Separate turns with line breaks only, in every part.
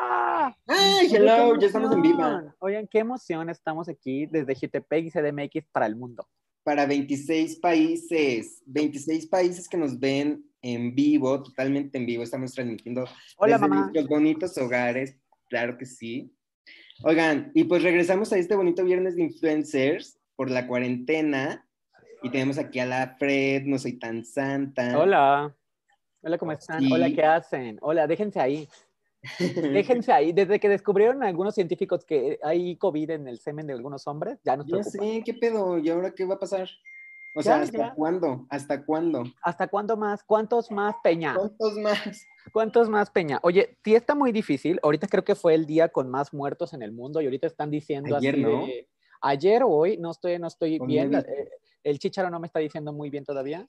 Ah,
¡Ay, hello!
Oigan, qué
Ya estamos en
emoción.
viva.
Oigan, qué emoción, estamos aquí desde GTP y CDMX para el mundo.
Para 26 países. 26 países que nos ven en vivo, totalmente en vivo. Estamos transmitiendo
Hola,
desde
mamá.
nuestros bonitos hogares. Claro que sí. Oigan, y pues regresamos a este bonito viernes de influencers por la cuarentena. Y tenemos aquí a la Fred, no soy tan santa.
Hola. Hola, ¿cómo están?
Sí.
Hola, ¿qué hacen? Hola, déjense ahí. Déjense ahí. Desde que descubrieron algunos científicos que hay COVID en el semen de algunos hombres, ya nos
Ya
preocupa.
sé, ¿qué pedo? ¿Y ahora qué va a pasar?
Ya,
O sea, ¿hasta
ya.
cuándo? ¿Hasta cuándo?
¿Hasta cuándo más? ¿Cuántos más, Peña?
¿Cuántos más?
¿Cuántos más, Peña? Oye, sí está muy difícil. Ahorita creo que fue el día con más muertos en el mundo y ahorita están diciendo
Ayer,
así
¿no?
de- Ayer o hoy, no estoy, no estoy
Hoy
bien.
no
la-
vi.
eh, el chicharo no me está diciendo muy bien todavía.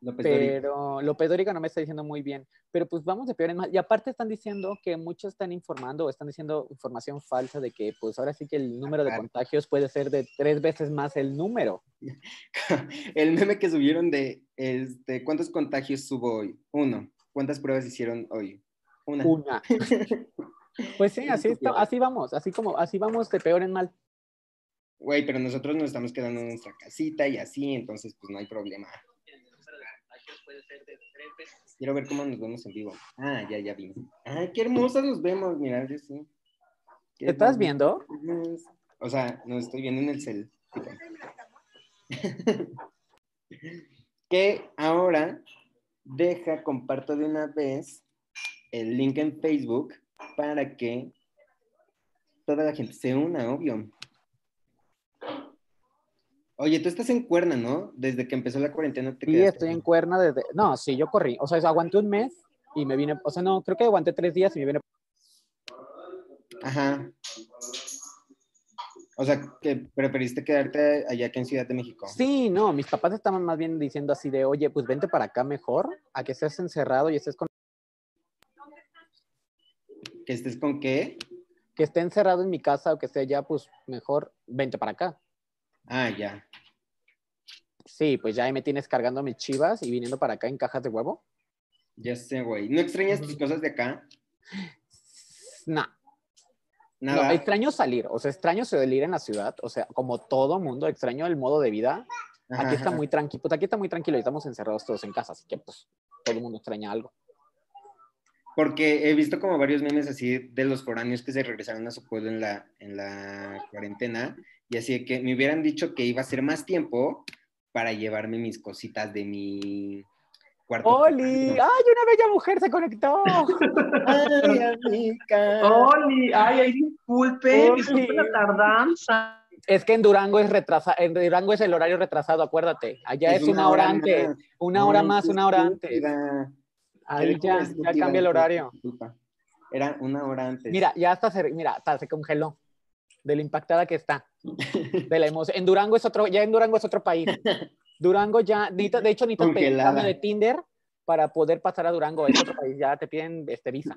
López Dóriga.
pero López Dóriga no me está diciendo muy bien, pero pues vamos de peor en más. Y aparte están diciendo que muchos están informando o están diciendo información falsa de que pues ahora sí que el número de
Ajá.
contagios puede ser de tres veces más el número.
El meme que subieron de este, ¿cuántos contagios subo hoy? Uno. ¿Cuántas pruebas hicieron hoy? Una.
Una. Pues sí, así, está- así vamos, así como así vamos de peor en mal.
Güey, pero nosotros nos estamos quedando en nuestra casita y así, entonces pues no hay problema. Quiero ver cómo nos vemos en vivo. Ah, ya, ya vimos. Ay, qué hermosas nos vemos, mira, yo sí. Qué
¿Te estás
hermosas.
viendo?
O sea, no estoy viendo en el cel. tipo. que ahora deja, comparto de una vez el link en Facebook para que toda la gente se una, obvio. Oye, tú estás en cuerna, ¿no? Desde que empezó la cuarentena te
Sí,
quedaste.
estoy en cuerna desde... No, sí, yo corrí. O sea, aguanté un mes y me vine... O sea, no, creo que aguanté tres días y me vine...
Ajá. O sea, que preferiste quedarte allá que en Ciudad de México.
Sí, no, mis papás estaban más bien diciendo así de, oye, pues vente para acá mejor, a que estés encerrado y estés con...
¿Que estés con qué?
que esté encerrado en mi casa o que esté allá, pues mejor vente para acá.
Ah, ya.
Sí, pues ya ahí me tienes cargando mis chivas y viniendo para acá en cajas de huevo.
Ya sé, güey. ¿No extrañas tus cosas de acá?
Nah, no,
Nada.
extraño salir, o sea, extraño salir en la ciudad, o sea, como todo mundo, extraño el modo de vida.
Ajá,
Aquí está
ajá.
muy tranquilo, aquí está muy tranquilo y estamos encerrados todos en casa, así que pues todo el mundo extraña algo.
Porque he visto como varios memes así de los foráneos que se regresaron a su pueblo en la, en la cuarentena. Y así de que me hubieran dicho que iba a ser más tiempo para llevarme mis cositas de mi cuarto.
¡Oli! ah, ¡Ay, una bella mujer se conectó!
¡Ay, amiga!
Oli, ay, ay, disculpe,
Oli.
disculpe la tardanza.
es que en Durango es retrasa, en Durango es el horario retrasado, acuérdate. Allá es, una, hora, antes,
más.
una hora
Ay,
más,
qué
una hora antes.
estúpida.
Ahí
Eres
ya,
una
ya
estúpida,
cambia el
hijo de
horario.
tu puta. Era una hora antes.
Mira, ya hasta se, mira, hasta se congeló de lo impactada que está, de la emoción. En Durango es otro, ya en Durango es otro país. Durango ya, necesita- de hecho, necesitas pedir
Congelada.
cambio de Tinder para poder pasar a Durango, es otro país, ya te piden este visa.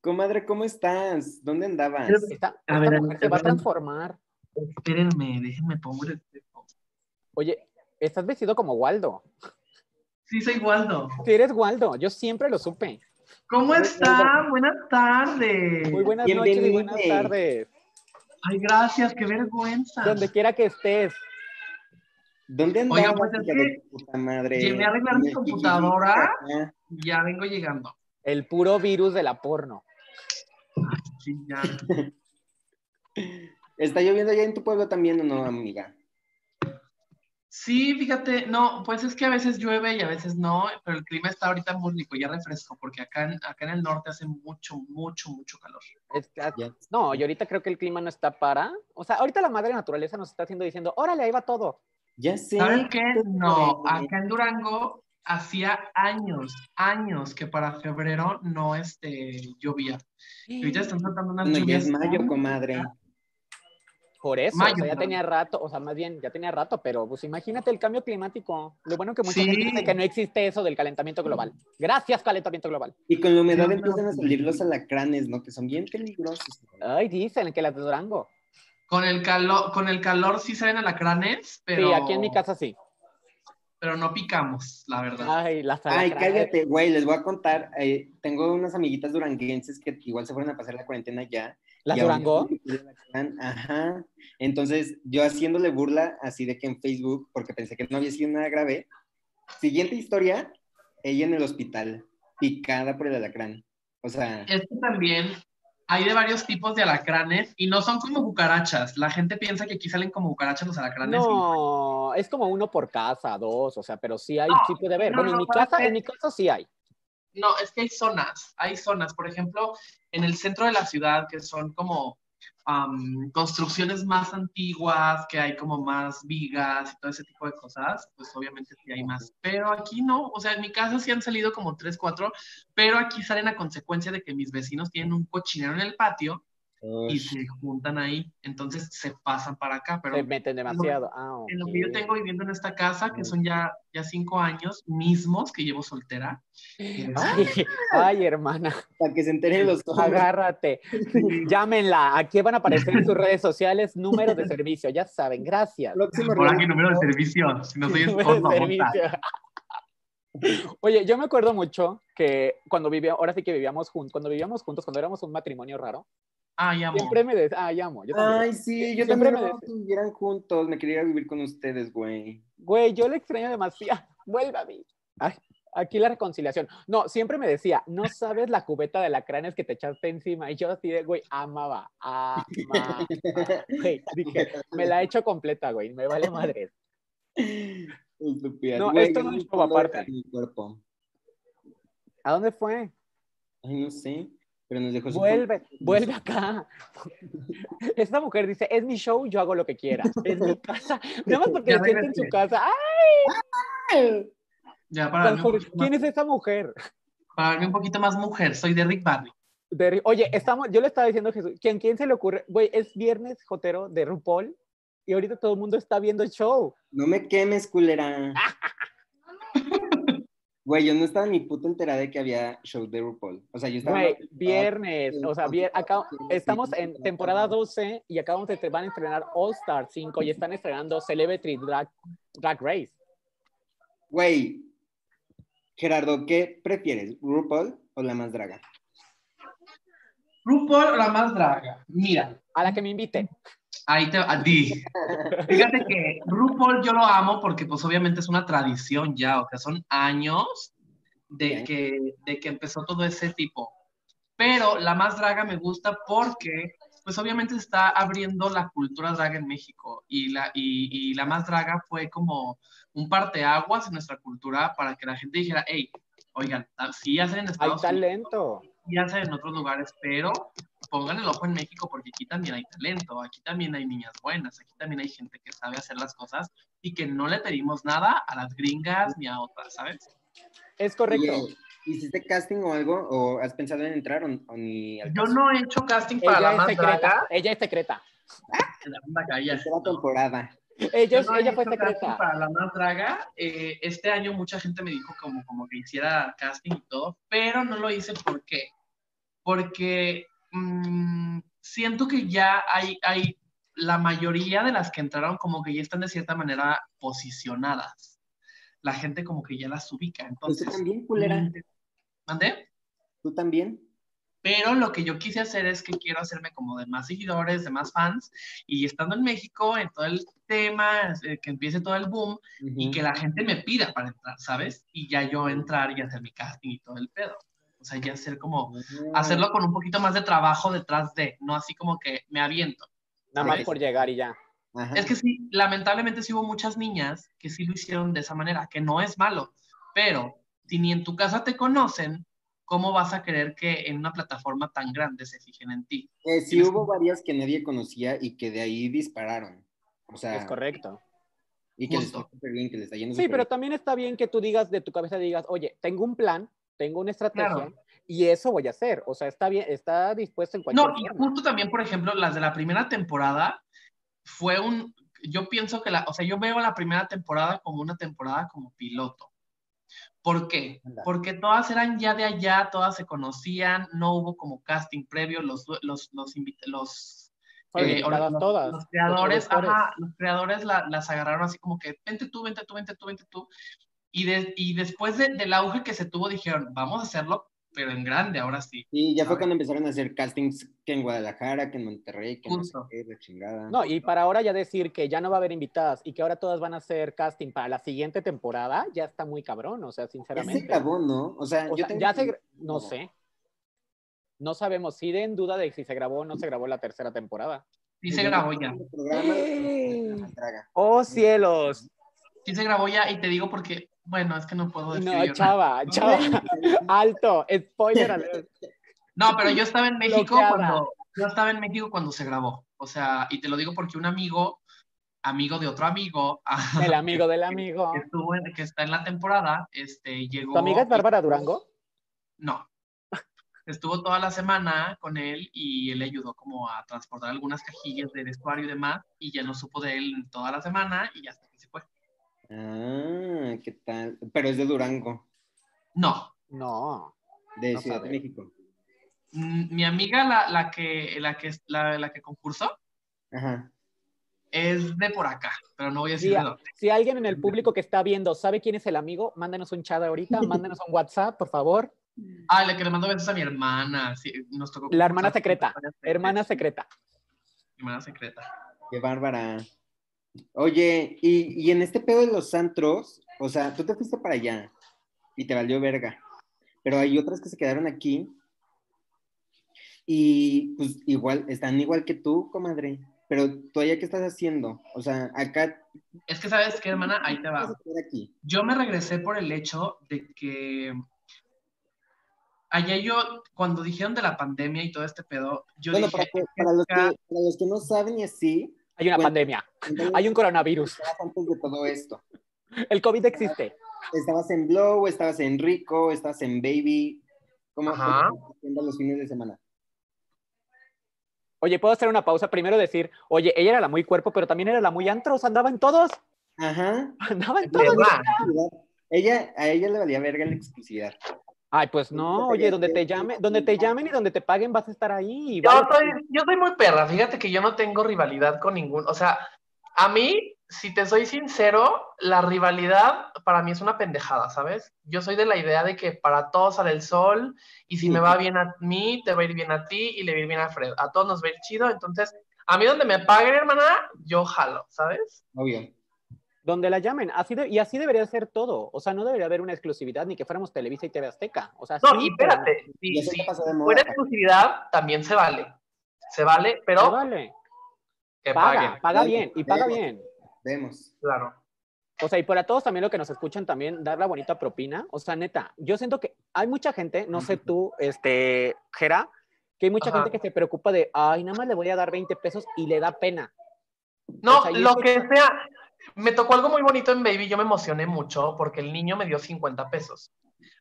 Comadre, ¿cómo estás? ¿Dónde andabas?
Pero-
Esta,
A
esta
ver,
mujer se va a
espérame.
transformar.
Espérenme, déjenme poner el teléfono.
Oye, estás vestido como Waldo.
Sí, soy Waldo.
Si eres Waldo, yo siempre lo supe.
¿Cómo
Hola,
están? Buenas tardes.
Muy buenas noches y
Bienvenido.
buenas tardes.
Ay, gracias, qué vergüenza.
Donde quiera que estés.
¿Dónde andabas?
Oiga, pues, es
hija
que
de tu puta madre?
llegué a arreglar mi
Mira, aquí,
computadora.
acá.
Ya vengo llegando.
El puro virus de la porno.
Sí, ya.
¿Está lloviendo allá en tu pueblo también o no, amiga?
Sí, fíjate, no, pues es que a veces llueve y a veces no, pero el clima está ahorita muy rico, ya refresco, porque acá en, acá en el norte hace mucho, mucho, mucho calor.
Es que-
Ya.
No, y ahorita creo que el clima no está para. O sea, ahorita la madre naturaleza nos está haciendo diciendo, órale, ahí va todo.
Ya sé.
¿Saben qué? No,
güey.
acá en Durango hacía años, años que para febrero no este, llovía. Y ahorita están tratando unas
Bueno, ya
lluvias.
es mayo,
muy-
comadre.
Por eso,
Mayo,
o sea, ya
¿no?
tenía rato, o sea, más bien, ya tenía rato, pero pues imagínate el cambio climático. Lo bueno que mucha
Sí.
gente dice que no existe eso del calentamiento global. Gracias, calentamiento global.
Y con la humedad
No, no.
empiezan a salir los alacranes, ¿no? Que son bien peligrosos.
Ay, dicen que las de Durango.
Con el calor, con el calor sí salen alacranes, pero
Sí, aquí en mi casa sí.
pero no picamos, la verdad.
Ay, la sagra.
Ay, cállate, güey, les voy a contar. eh, tengo unas amiguitas duranguenses que igual se fueron a pasar la cuarentena ya.
¿La
Y
Durango?
ahorita- Ajá. Entonces, yo haciéndole burla así de que en Facebook, porque pensé que no había sido nada grave. Siguiente historia, ella en el hospital, picada por el alacrán. O sea,
Este también hay de varios tipos de alacranes y no son como cucarachas. La gente piensa que aquí salen como cucarachas los alacranes.
No, es como uno por casa, dos, o sea, pero sí hay, sí puede haber.
no,
bueno, en
no,
mi
puede
casa,
ser.
en mi casa sí hay.
y- No, es que hay zonas, hay zonas. Por ejemplo, en el centro de la ciudad que son como am, construcciones más antiguas, que hay como más vigas y todo ese tipo de cosas, pues obviamente sí hay más. Pero aquí no, o sea, en mi casa sí han salido como tres, cuatro, pero aquí salen a consecuencia de que mis vecinos tienen un cochinero en el patio y se juntan ahí, entonces se pasan para acá, pero
Pues Se meten demasiado. Ah,
En lo
ok.
que yo tengo viviendo en esta casa, que son ya, ya cinco años mismos que llevo
Ah,
soltera. este,
Ay, ay, hermana,
para que se enteren los hombres.
agárrate. Llámenla. Aquí van a aparecer en sus redes sociales números de servicio. Ya saben, gracias.
Próximo
Ahora
round.
mi número de servicio, si no soy
Número de
esposo, bota.
servicio. Oye, yo me acuerdo mucho que cuando vivía, ahora sí que vivíamos juntos, cuando vivíamos juntos, cuando éramos un matrimonio raro,
Ay, amor.
siempre me decía, ay, amo, yo también.
Ay, sí, yo
Siempre
también
me
no que vivieran juntos, me quería ir a vivir con ustedes, güey.
Güey, yo le extraño demasiado. Vuelve a mí. Ay, aquí la reconciliación. No, siempre me decía, no sabes la cubeta de lacranes que te echaste encima. Y yo así de, güey, amaba, amaba. Güey, dije, me la he hecho completa, güey, me vale madre.
Estúpida.
No,
Güey,
esto
yo
no es
tengo
como
dolor
aparte.
en mi cuerpo.
¿A dónde fue?
Ay, no sé, pero nos dejó su-
Vuelve, vuelve acá. Esta mujer dice, es mi show, yo hago lo que quiera. Es mi casa. Nada más porque
Ya
se siente en su
regresé. Ah,
casa. ¡Ay,
Ya para darme, un
Jorge,
poquito más,
¿Quién es esta mujer?
para darme un poquito más mujer, soy de Rick Barry.
De ri- Oye, estamos, yo le estaba diciendo a Jesús, ¿quién, quién se le ocurre? Güey, es viernes jotero de RuPaul y ahorita todo el mundo está viendo el show.
No me quemes, culera. Güey, yo no estaba ni puta enterada de que había show de RuPaul. O sea, yo estaba.
Güey, viernes, o sea, vier- acá estamos en temporada 12 y acabamos de van a estrenar All Star 5 y están estrenando Celebrity Drag, Drag Race.
Güey, Gerardo, ¿qué prefieres, RuPaul o la más draga?
RuPaul o la más draga. Mira,
A la que me inviten.
ahí te a ti. Fíjate que RuPaul yo lo amo porque pues obviamente es una tradición ya, o sea, son años de
Ok.
que, de que empezó todo ese tipo. Pero la más draga me gusta porque pues obviamente se está abriendo la cultura draga en México y la, y, y la más draga fue como un parteaguas en nuestra cultura para que la gente dijera, hey, oigan, si hacen en
Hay
Estados Unidos,
talento.
ya hacen en otros lugares, pero pongan el ojo en México porque aquí también hay talento, aquí también hay niñas buenas, aquí también hay gente que sabe hacer las cosas y que no le pedimos nada a las gringas ni a otras, ¿sabes?
Es correcto.
Oye, eh, ¿Hiciste casting o algo? ¿O has pensado en entrar o, o ni al
Yo no he hecho casting para
Ella
la
es
más
secreta.
draga.
Ella es secreta.
La banda calla.
Tercera temporada. Pues
Ella,
Yo
es-
no he
ella fue
hecho casting
secreta.
Para la más draga, Eh, este año mucha gente me dijo como, como que hiciera casting y todo, pero no lo hice ¿por qué? Porque mm, siento que ya hay, hay, la mayoría de las que entraron como que ya están de cierta manera posicionadas. La gente como que ya las ubica,
Pues tú
entonces... mm,
también, culera.
¿Mandé?
Tú también.
Pero lo que yo quise hacer es que quiero hacerme como de más seguidores, de más fans, y estando en México, en todo el tema, eh, que empiece todo el boom, y
Ujú.
que la gente me pida para entrar, ¿sabes? Y ya yo entrar y hacer mi casting y todo el pedo. O sea, ya hacer como,
Ah,
hacerlo con un poquito más de trabajo detrás de, no así como que me aviento.
Nada más por llegar y ya.
Ajá.
Es que sí, lamentablemente sí hubo muchas niñas que sí lo hicieron de esa manera, que no es malo, pero si ni en tu casa te conocen, ¿cómo vas a querer que en una plataforma tan grande se fijen en ti?
Eh, sí
Tienes-
hubo varias que nadie conocía y que de ahí dispararon. O sea,
Es correcto.
y que les
Justo.
fue súper bien, que les está yendo
Sí,
súper
pero también está bien que tú digas de tu cabeza, digas, oye, tengo un plan, tengo una estrategia
Claro.
y eso voy a hacer. O sea, está bien, está dispuesto en cualquier
No, y
forma.
justo también, por ejemplo, las de la primera temporada fue un, yo pienso que la, o sea, yo veo la primera temporada como una temporada como piloto. ¿Por qué?
Anda.
Porque todas eran ya de allá, todas se conocían, no hubo como casting previo, los, los, los, invit- los
Fueron
Eh,
invitadas
los,
todas.
los creadores,
productores.
ajá, los creadores la- las agarraron así como que, vente tú, vente tú, vente tú, vente tú. Y, de- y después de- del auge que se tuvo, dijeron, vamos a hacerlo, pero en grande, ahora sí.
Y ya fue
Ah.
cuando empezaron a hacer castings que en Guadalajara, que en Monterrey, que no sé
Justo.
qué, la chingada.
No, y para ahora ya decir que ya no va a haber invitadas y que ahora todas van a hacer casting para la siguiente temporada, ya está muy cabrón, o sea,
ya se
sinceramente.
acabó, ¿no? O sea,
O
yo
sea,
tengo
ya
que-
se- no sé. No sabemos, si den duda de si se grabó o no se grabó la tercera temporada.
Sí se grabó ya.
El este programa,
¡Eh!
la traga.
¡Oh, cielos!
Sí se grabó ya y te digo porque, bueno, es que no puedo decir.
No,
yo,
chava, chava, alto, spoiler alert.
No, pero yo estaba en México
Bloqueada.
cuando yo estaba en México cuando se grabó. O sea, y te lo digo porque un amigo, amigo de otro amigo, ajá,
El amigo del amigo.
que estuvo en- que está en la temporada, este llegó.
¿Tu amiga es Bárbara Durango?
No. Estuvo toda la semana con él y él le ayudó como a transportar algunas cajillas de vestuario y demás y ya no supo de él toda la semana y ya hasta que se fue.
Ah, ¿qué tal? Pero es de Durango,
No,
No.
de
No
Ciudad de
sabe.
México.
Mm, mi amiga la, la que la que la, la que concursó
Ajá.
es de por acá, pero no voy a decir
Sí,
de
a-
dónde.
Si alguien en el público que está viendo sabe quién es el amigo, mándanos un chat ahorita, mándanos un WhatsApp, por favor.
Ah, la que le mando besos a mi hermana. sí, nos tocó
La hermana
concursar
secreta,
con varias veces.
Hermana secreta.
Hermana secreta.
Qué bárbara. Oye, y, y en este pedo de los antros, o sea, tú te fuiste para allá y te valió verga, pero hay otras que se quedaron aquí y pues igual, están igual que tú, comadre, pero tú allá qué estás haciendo, o sea, acá,
Es que sabes qué, hermana, ahí te
¿qué vas a
va.
hacer aquí?
Yo me regresé por el hecho de que allá yo, cuando dijeron de la pandemia y todo este pedo, yo
Bueno, para,
dije,
que- para los que, para los que no saben y así,
Hay una
Bueno.
pandemia,
entonces,
hay un coronavirus.
estabas antes de todo esto.
El COVID existe.
Estabas en Blow, estabas en Rico, estabas en Baby, ¿cómo cómo
Ajá.
estás haciendo los fines de semana?
Oye, ¿puedo hacer una pausa? Primero decir, oye, ella era la muy cuerpo, pero también era la muy antros, andaba en todos,
Ajá.
andaba en todos.
¿verdad?
Ella, a ella le valía verga la exclusividad.
Ay, pues no, oye, donde te llamen, donde te llamen y donde te paguen vas a estar ahí. y
Yo
vale.
soy, yo soy muy perra, fíjate que yo no tengo rivalidad con ningún, o sea, a mí, si te soy sincero, la rivalidad para mí es una pendejada, ¿sabes? Yo soy de la idea de que para todos sale el sol y si me va bien a mí, te va a ir bien a ti y le va a ir bien a Fred, a todos nos va a ir chido, entonces, a mí donde me paguen, hermana, yo jalo, ¿sabes?
Obvio.
Donde la llamen, así de- y así debería ser todo. O sea, no debería haber una exclusividad ni que fuéramos Televisa y TV Azteca. O sea,
No,
sí,
y espérate,
Y
si,
eso
si
ya pasó de moda.
fuera exclusividad, también se vale, se vale,
pero-
pero
pero vale,
que
paga,
paguen,
paga
Vale,
bien y paga
vale.
bien.
Vemos.
claro.
O sea, y para todos también lo que nos escuchan también, dar la bonita propina. O sea, neta, yo siento que hay mucha gente, no sé tú, este, Jera, que hay mucha
Ajá.
gente que se preocupa de, ay, nada más le voy a dar 20 pesos y le da pena.
No,
O sea, y
lo
eso-
que sea. Me tocó algo muy bonito en Baby, yo me emocioné mucho porque el niño me dio 50 pesos.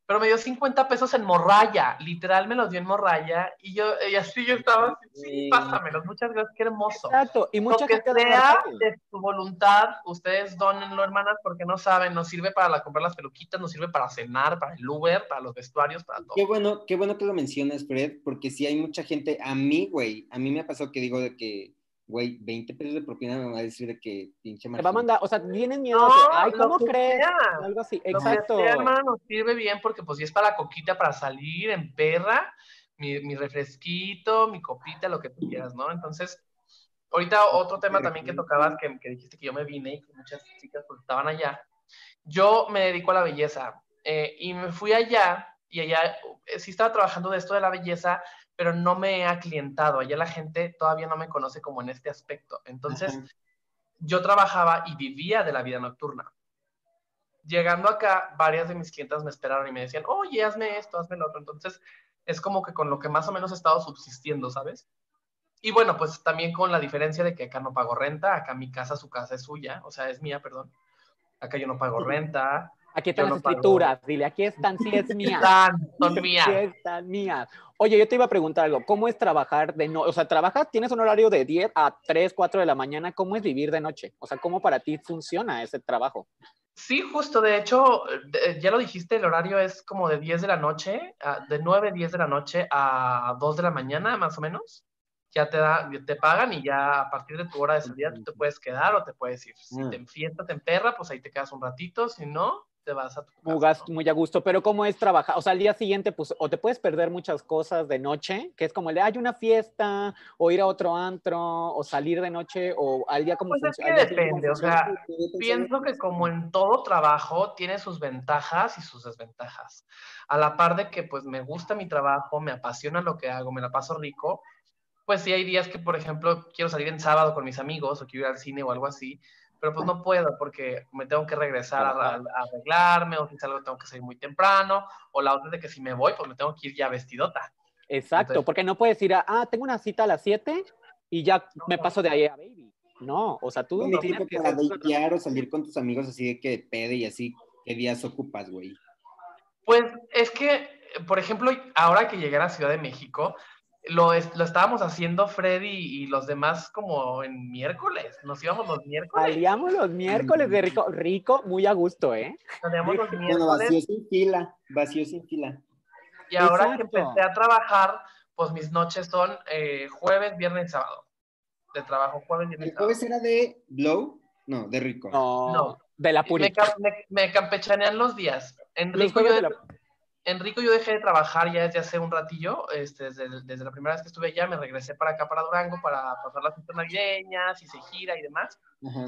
Pero me dio 50 pesos en morralla, literal me los dio en morralla y yo y así yo estaba, así, sí,
Sí.
pásamelos, muchas gracias, qué hermoso.
Exacto, y mucha
lo que
gente... de
sea
verdad,
de su voluntad, ustedes donenlo, hermanas, porque no saben, nos sirve para la- comprar las peluquitas, nos sirve para cenar, para el Uber, para los vestuarios, para todo.
Qué bueno, qué bueno que lo mencionas, Fred, porque sí hay mucha gente, a mí, güey, a mí me ha pasado que digo de que, güey, 20 pesos de propina me va a decir de que pinche
Te va a
margen.
mandar, o sea, vienen miedo
No,
de, ay,
lo
¿cómo
que
crees?
sea.
O Algo así,
Lo que
exacto.
sea, hermana, nos sirve bien porque pues si es para la coquita, para salir en perra, mi, mi refresquito, mi copita, lo que tú quieras, ¿no? Entonces, ahorita otro tema también que tocabas, que, que dijiste que yo me vine y que muchas chicas pues, estaban allá. Yo me dedico a la belleza eh, y me fui allá y allá eh, sí estaba trabajando de esto de la belleza, pero no me he aclientado. Allá la gente todavía no me conoce como en este aspecto. Entonces,
Ajá.
yo trabajaba y vivía de la vida nocturna. Llegando acá, varias de mis clientas me esperaron y me decían, oye, hazme esto, hazme lo otro. Entonces, es como que con lo que más o menos he estado subsistiendo, ¿sabes? Y bueno, pues también con la diferencia de que acá no pago renta, acá mi casa, su casa es suya, o sea, es mía, perdón. Acá yo no pago renta,
Aquí están
yo
las
no pago.
escrituras, dile, aquí están, sí es mía.
están, son
Sí
mías.
están mías. Oye, yo te iba a preguntar algo. ¿Cómo es trabajar de noche? O sea, ¿trabajas? ¿Tienes un horario de 10 a 3, 4 de la mañana? ¿Cómo es vivir de noche? O sea, ¿cómo para ti funciona ese trabajo?
Sí, justo, de hecho, de- ya lo dijiste, el horario es como de 10 de la noche, a- de 9, 10 de la noche a 2 de la mañana, más o menos. ya te, da, te pagan y ya a partir de tu hora de salida tú te puedes quedar o te puedes ir. Si
Mm.
te enfiesta, te emperra, pues ahí te quedas un ratito, si no, te vas a tu
Muy,
casa,
gas-
¿no?
muy a gusto, pero ¿cómo es trabajar? O sea, al día siguiente, pues, o te puedes perder muchas cosas de noche, que es como el de, hay una fiesta, o ir a otro antro, o salir de noche, o al día como...
Pues es
func-
que
al día siguiente
depende,
cómo
o sea,
funciona.
Pienso que como en todo trabajo tiene sus ventajas y sus desventajas. A la par de que pues me gusta mi trabajo, me apasiona lo que hago, me la paso rico, pues sí hay días que por ejemplo quiero salir en sábado con mis amigos o quiero ir al cine o algo así, pero pues no puedo porque me tengo que regresar a, a- a arreglarme o si salgo tengo que salir muy temprano o la otra de que si me voy pues me tengo que ir ya vestidota.
Exacto,
Entonces-
porque no puedes ir a, ah, tengo una cita a las 7 y ya me
No.
paso de ahí a Baby. No, o sea, tú...
Ni
no
tiempo
tienes que
para
hacer-
datear o salir con tus amigos así de que de pede y así. ¿Qué días ocupas, güey?
Pues es que, por ejemplo, ahora que llegué a la Ciudad de México, lo, es- lo estábamos haciendo Freddy y los demás como en miércoles. Nos íbamos los miércoles.
Salíamos los miércoles de rico, rico, muy a gusto, ¿eh?
salíamos los
Bueno, vacío
miércoles
sin fila, vacío sin fila.
y ahora
Exacto.
que empecé a trabajar, pues mis noches son eh, jueves, viernes y sábado. De trabajo jueves, viernes
El
y sábado.
jueves era de Blow, no, de Rico.
No,
No.
de la
Me,
purita.
cam- me- me campechanean los días.
Los
Enrico, yo,
jueves de
de-
la...
Enrico, yo dejé de trabajar ya desde hace un ratillo, este, desde, el- desde la primera vez que estuve allá, me regresé para acá, para Durango, para pasar las fiestas navideñas y se gira y demás.
Ajá.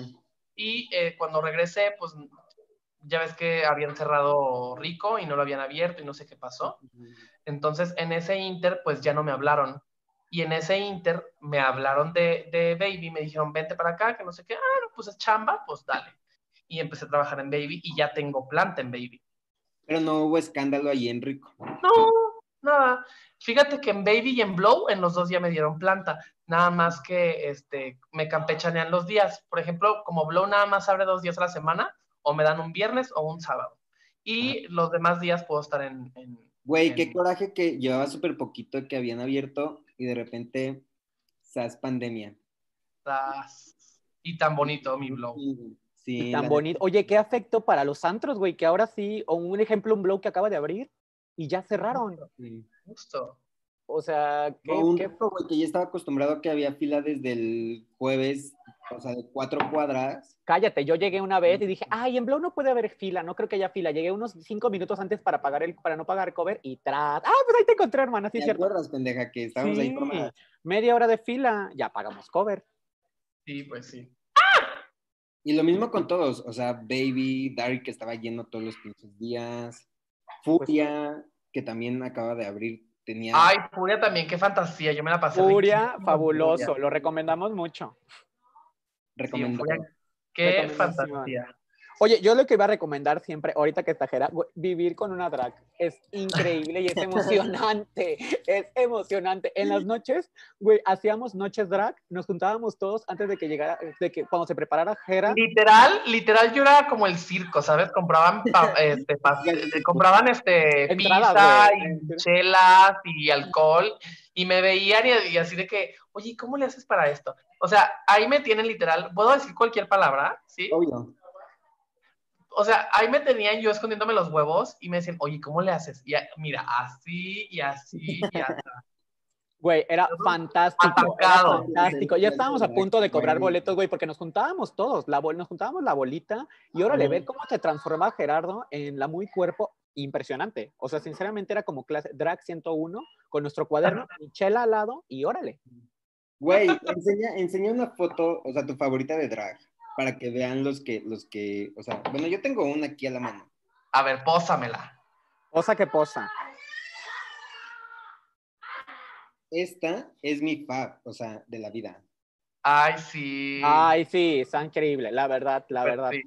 Y eh, cuando regresé, pues ya ves que habían cerrado Rico y no lo habían abierto y no sé qué pasó. Entonces, en ese inter, pues ya no me hablaron. Y en ese inter me hablaron de, de Baby, me dijeron, vente para acá, que no sé qué, ah, no, pues es chamba, pues dale. Y empecé a trabajar en Baby y ya tengo planta en Baby.
Pero no hubo escándalo ahí en Rico.
No, nada. Fíjate que en Baby y en Blow, en los dos ya me dieron planta. Nada más que este, me campechanean los días. Por ejemplo, como Blow nada más abre dos días a la semana, o me dan un viernes o un sábado. Y los demás días puedo estar en. en-
Güey,
en-
Em,
qué coraje que llevaba súper poquito que habían abierto y de repente, sas pandemia.
las- Y tan bonito mi Blow.
Sí, la
Tan
neta.
bonito. Oye, qué afecto para los antros, güey, que ahora sí, o un ejemplo, un blog que acaba de abrir y ya cerraron.
Sí.
Justo.
O sea, qué,
O un
qué-
Rico, güey, que ya estaba acostumbrado a que había fila desde el jueves, o sea, de cuatro cuadras.
cállate, yo llegué una vez y dije, ay, en Blow no puede haber fila, no creo que haya fila. Llegué unos cinco minutos antes para pagar el, para no pagar cover y tras, ah, pues ahí te encontré, hermana, sí,
¿Te
cierto.
acuerdas, pendeja, que estábamos ahí
Sí,
formadas?
media hora de fila, ya pagamos cover.
Sí, pues sí.
Y lo mismo con todos, o sea, Baby, Dark, que estaba lleno todos los pinches días,
Pues
Furia, que también acaba de abrir, tenía...
Ay, Furia también, qué fantasía. Yo me la pasé.
Furia,
riquísimo,
fabuloso,
Furia.
lo recomendamos mucho.
Sí,
recomendado.
Furia, Qué
Recomendación.
fantasía.
Oye, yo lo que iba a recomendar siempre, ahorita que exagera, güey, vivir con una drag es increíble y es emocionante, es emocionante. En las noches, güey, hacíamos noches drag, nos juntábamos todos antes de que llegara, de que cuando se preparara Jera,
Literal, literal, yo era como el circo, ¿sabes? Compraban, pa- este, pas- eh, compraban este,
Entradas,
pizza
güey.
y chelas y alcohol y me veían y, y así de que, oye, ¿cómo le haces para esto? O sea, ahí me tienen literal, puedo decir cualquier palabra, ¿sí?
Obvio.
O sea, ahí me tenían yo escondiéndome los huevos y me decían, oye, ¿cómo le haces? Y a- mira, así y así y así.
güey, era fantástico, era
Atacado.
fantástico. Ya estábamos a punto de cobrar
Güey.
boletos, güey, porque nos juntábamos todos, la bol- nos juntábamos la bolita y órale,
Ajá.
ver cómo se transforma Gerardo en la muy cuerpo. Impresionante. O sea, sinceramente era como clase Drag 101 con nuestro cuaderno, Michela al lado y órale.
Güey, enseña, enseña una foto, o sea, tu favorita de drag, para que vean los que, los que, o sea, bueno, yo tengo una aquí a la mano.
A ver, pósamela.
Posa que posa.
Esta es mi fab, o sea, de la vida.
Ay, sí.
Ay, sí, está increíble, la verdad, la
Pues
verdad.
sí.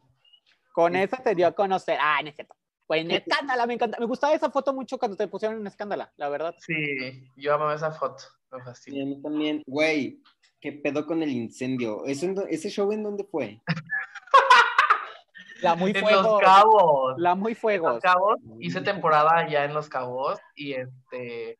Con esa te dio a conocer. Ay, no es cierto. Pues en escándala, me encanta. Me gustaba esa foto mucho cuando te pusieron en escándala, la verdad.
Sí, yo amaba esa foto. Me fascina.
Y a mí también, güey, qué pedo con el incendio. ¿Eso en do- ¿Ese show en dónde fue?
La muy
En los
fuego.
cabos.
La muy fuego.
Los Cabos, hice temporada allá en Los Cabos y este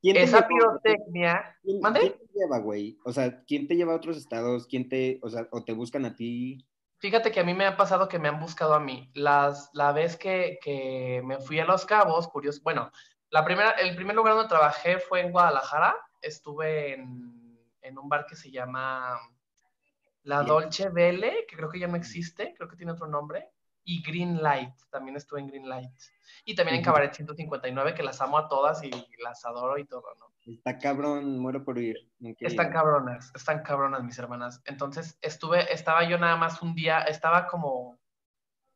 ¿Quién te
esa
llevó?
pirotecnia,
¿Quién,
¿Mande?
quién te lleva, güey? O sea, ¿quién te lleva a otros estados? ¿Quién te, o sea, o te buscan a ti?
fíjate que a mí me ha pasado que me han buscado a mí. Las, la vez que, que me fui a Los Cabos, curioso, bueno, la primera, el primer lugar donde trabajé fue en Guadalajara, estuve en en un bar que se llama La Dolce Vele, que creo que ya no existe, creo que tiene otro nombre, y Green Light, también estuve en Green Light. Y también en
Ujú.
Cabaret 159, que las amo a todas y las adoro y todo, ¿no?
Está cabrón, muero por ir. Nunca he
Están
ido.
cabronas, están cabronas mis hermanas. Entonces estuve, estaba yo nada más un día, estaba como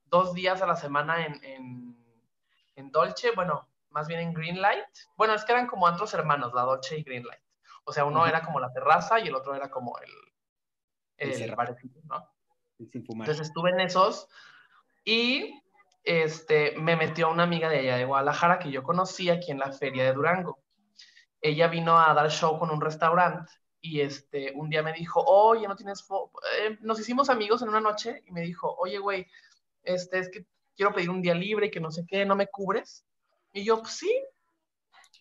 dos días a la semana en, en, en Dolce, bueno, más bien en Greenlight. Bueno, es que eran como otros hermanos, la Dolce y Greenlight. O sea, uno
Ujú.
era como la terraza y el otro era como el,
El
el
cerrado.
barecito, ¿no?
Sin fumar.
Entonces estuve en esos y este, me metió una amiga de allá de Guadalajara que yo conocí aquí en la feria de Durango. Ella vino a dar show con un restaurante y este, un día me dijo, oye, no tienes... fo-?" Eh, nos hicimos amigos en una noche y me dijo, oye, güey, este, es que quiero pedir un día libre y que no sé qué, ¿no me cubres? Y yo, pues sí.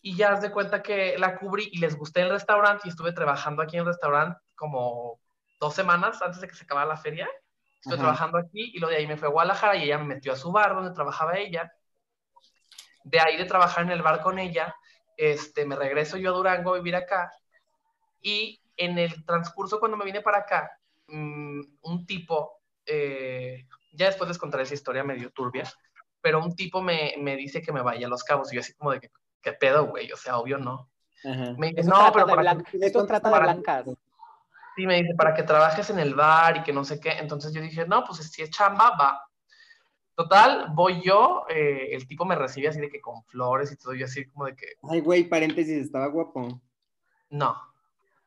Y ya haz de cuenta que la cubrí y les gusté el restaurante y estuve trabajando aquí en el restaurante como dos semanas antes de que se acabara la feria. Estuve
Ajá.
trabajando aquí y lo de ahí me fue a Guadalajara y ella me metió a su bar donde trabajaba ella. De ahí de trabajar en el bar con ella, este, me regreso yo a Durango a vivir acá. Y en el transcurso cuando me vine para acá, mm, un tipo, eh, ya después les contaré esa historia medio turbia, pero un tipo me, me dice que me vaya a Los Cabos y yo así como de que, ¿qué pedo, güey? O sea, obvio no.
Ajá.
Me dice,
Eso
no,
trata
pero
de
para que
blan- Esto trata de
para-
blancas.
Sí, me dice, para que trabajes en el bar y que no sé qué. Entonces yo dije, no, pues si es chamba, va. Total, voy yo, eh, el tipo me recibe así de que con flores y todo, yo así como de que,
Ay, güey, paréntesis, estaba guapo.
no.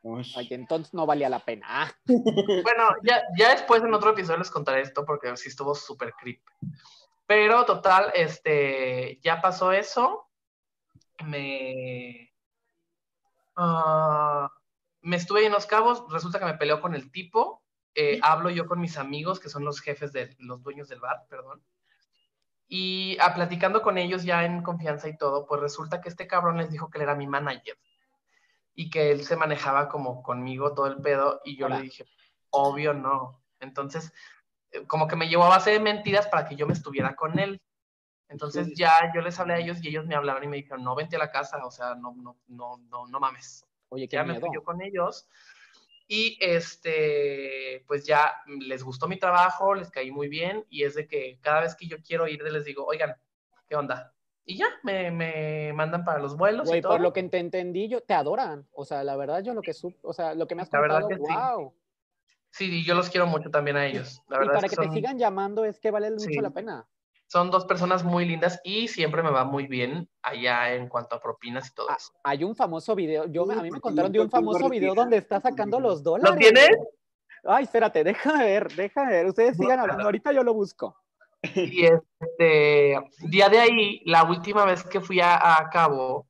Ush.
Ay, entonces no valía la pena. Ah,
Bueno, ya, ya después en otro episodio les contaré esto porque sí estuvo súper creep. Pero total, este, ya pasó eso. Me. ah, me estuve en Los Cabos, resulta que me peleó con el tipo. eh, hablo yo con mis amigos, que son los jefes de los dueños del bar, perdón. Y ah, platicando con ellos ya en confianza y todo, pues resulta que este cabrón les dijo que él era mi manager y que él se manejaba como conmigo todo el pedo. Y yo
Hola.
le dije, obvio no. Entonces, eh, como que me llevó a base de mentiras para que yo me estuviera con él. Entonces
Sí.
ya yo les hablé a ellos y ellos me hablaron y me dijeron, no, vente a la casa, o sea, no, no, no, no, no mames
Oye, qué
ya me
miedo.
fui yo con ellos. Y este, pues ya les gustó mi trabajo, les caí muy bien. Y es de que cada vez que yo quiero ir, les digo, oigan, ¿qué onda? Y ya me, me mandan para los vuelos.
Güey,
y todo.
por lo que te entendí, yo te adoran. O sea, la verdad, yo lo que supe, o sea, lo que me has
La verdad
contado,
que sí.
wow.
Sí, y yo los quiero mucho también a ellos. La
y
verdad
para
es
que
que
te
son,
sigan llamando es que vale mucho
Sí.
la pena.
son dos personas muy lindas y siempre me va muy bien allá en cuanto a propinas y todo
Ah,
eso.
Hay un famoso video, yo me- a mí me
porque
contaron de un
nunca tengo
famoso video
retirar.
donde está sacando los dólares.
¿Lo tienes?
Ay, espérate, déjame ver, déjame ver. Ustedes sigan
Búscalo.
hablando, ahorita yo lo busco.
Y este, día de ahí, la última vez que fui a, a Cabo,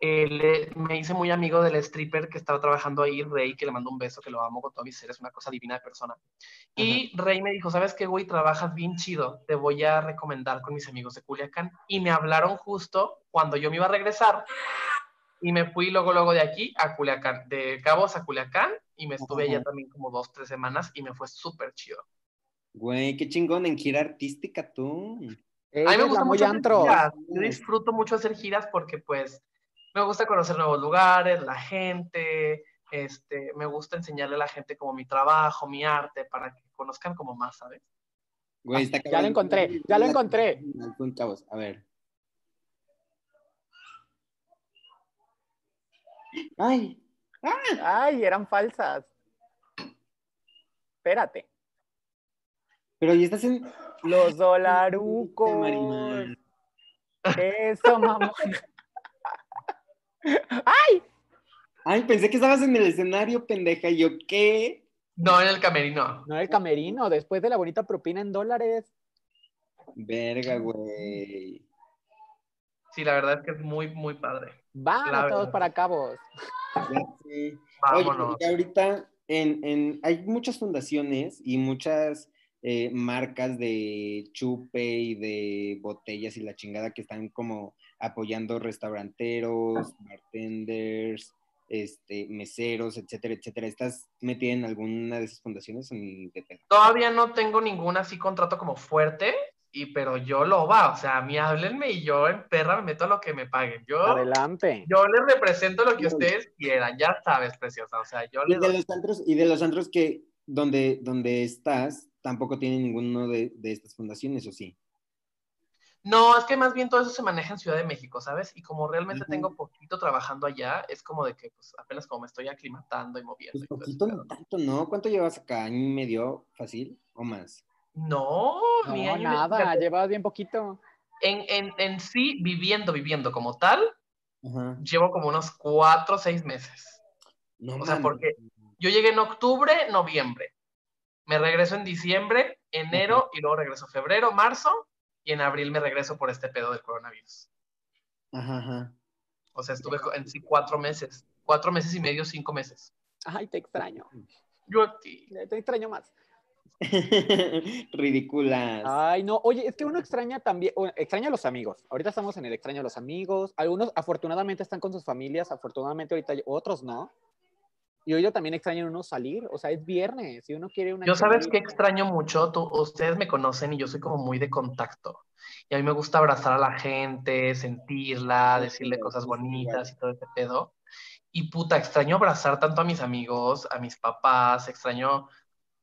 eh, le- me hice muy amigo del stripper que estaba trabajando ahí, Rey, que le mando un beso, que lo amo con todo mi ser, es una cosa divina de persona. Y Rey me dijo, ¿sabes qué, güey? Trabajas bien chido, te voy a recomendar con mis amigos de Culiacán. Y me hablaron justo cuando yo me iba a regresar. Y me fui luego, luego de aquí a Culiacán, de Cabos a Culiacán, y me estuve
Ajá.
allá también como dos, tres semanas, y me fue súper chido.
Güey, qué chingón en gira artística tú.
Ella es
A mí me
la
gusta
muy
mucho
antro.
hacer giras. Yo disfruto mucho hacer giras porque, pues, me gusta conocer nuevos lugares, la gente, este, me gusta enseñarle a la gente como mi trabajo, mi arte, para que conozcan como más, ¿sabes?
Güey, está
Ah, Ya lo encontré, ya lo encontré.
Algún cabos, a ver. Ay,
Ay, eran falsas. Espérate.
pero ya estás en. Este,
Los dolarucos.
Marimar.
Eso, mamá.
Ay, pensé que estabas en el escenario, pendeja. Y yo, ¿qué?
No en el camerino.
No el camerino, después de la bonita propina en dólares.
Verga, güey.
Sí, la verdad es que es muy, muy padre.
Van
La
a todos
verdad.
para cabos.
Ya sé.
Vámonos.
Oye, y ahorita en, en- hay muchas fundaciones y muchas eh, marcas de chupe y de botellas y la chingada que están como apoyando restauranteros, bartenders, este, meseros, etcétera, etcétera. ¿Estás metida en alguna de esas fundaciones o ni de pedo?
Todavía no tengo ningún así contrato como fuerte, y pero yo lo va, o sea, a mí háblenme y yo en perra me meto a lo que me paguen. Yo,
Adelante.
yo les represento lo que ustedes quieran, ya sabes, preciosa, o sea, yo
Y
les
de
doy.
los antros, y de los antros que donde, donde estás, tampoco tiene ninguno de, de estas fundaciones, ¿o sí?
No, es que más bien todo eso se maneja en Ciudad de México, ¿sabes? Y como realmente
Ujú.
tengo poquito trabajando allá, es como de que pues apenas como me estoy aclimatando y moviendo.
Pues
y todo ese
poquito,
pedo.
no tanto, ¿no? ¿Cuánto llevas acá? ¿Año y medio fácil o más?
No, ni
No,
año ni-
nada, llevabas bien poquito.
En, en, en sí, viviendo, viviendo como tal,
Ajá.
llevo como unos cuatro o seis meses.
No,
O sea,
mames.
porque- Yo llegué en octubre, noviembre. Me regreso en diciembre, enero y luego regreso febrero, marzo y en abril me regreso por este pedo del coronavirus.
Ajá, ajá.
O sea, estuve co- en sí cuatro meses, cuatro meses y medio, cinco meses.
Ay, te extraño.
Mm. Yo a ti.
Te extraño más.
Ridículas.
Ay, no, oye, es que uno extraña también, o- extraña a los amigos. Ahorita estamos en el extraño a los amigos. Algunos afortunadamente están con sus familias, afortunadamente ahorita ya- otros no. Y hoy yo también extraño uno salir, o sea, es viernes, si uno quiere una...
Yo sabes que
chelita.
extraño mucho, tú- ustedes me conocen y yo soy como muy de contacto. Y a mí me gusta abrazar a la gente, sentirla,
Sí,
decirle
sí,
cosas
sí, sí,
bonitas y todo ese pedo. Y puta, extraño abrazar tanto a mis amigos, a mis papás, extraño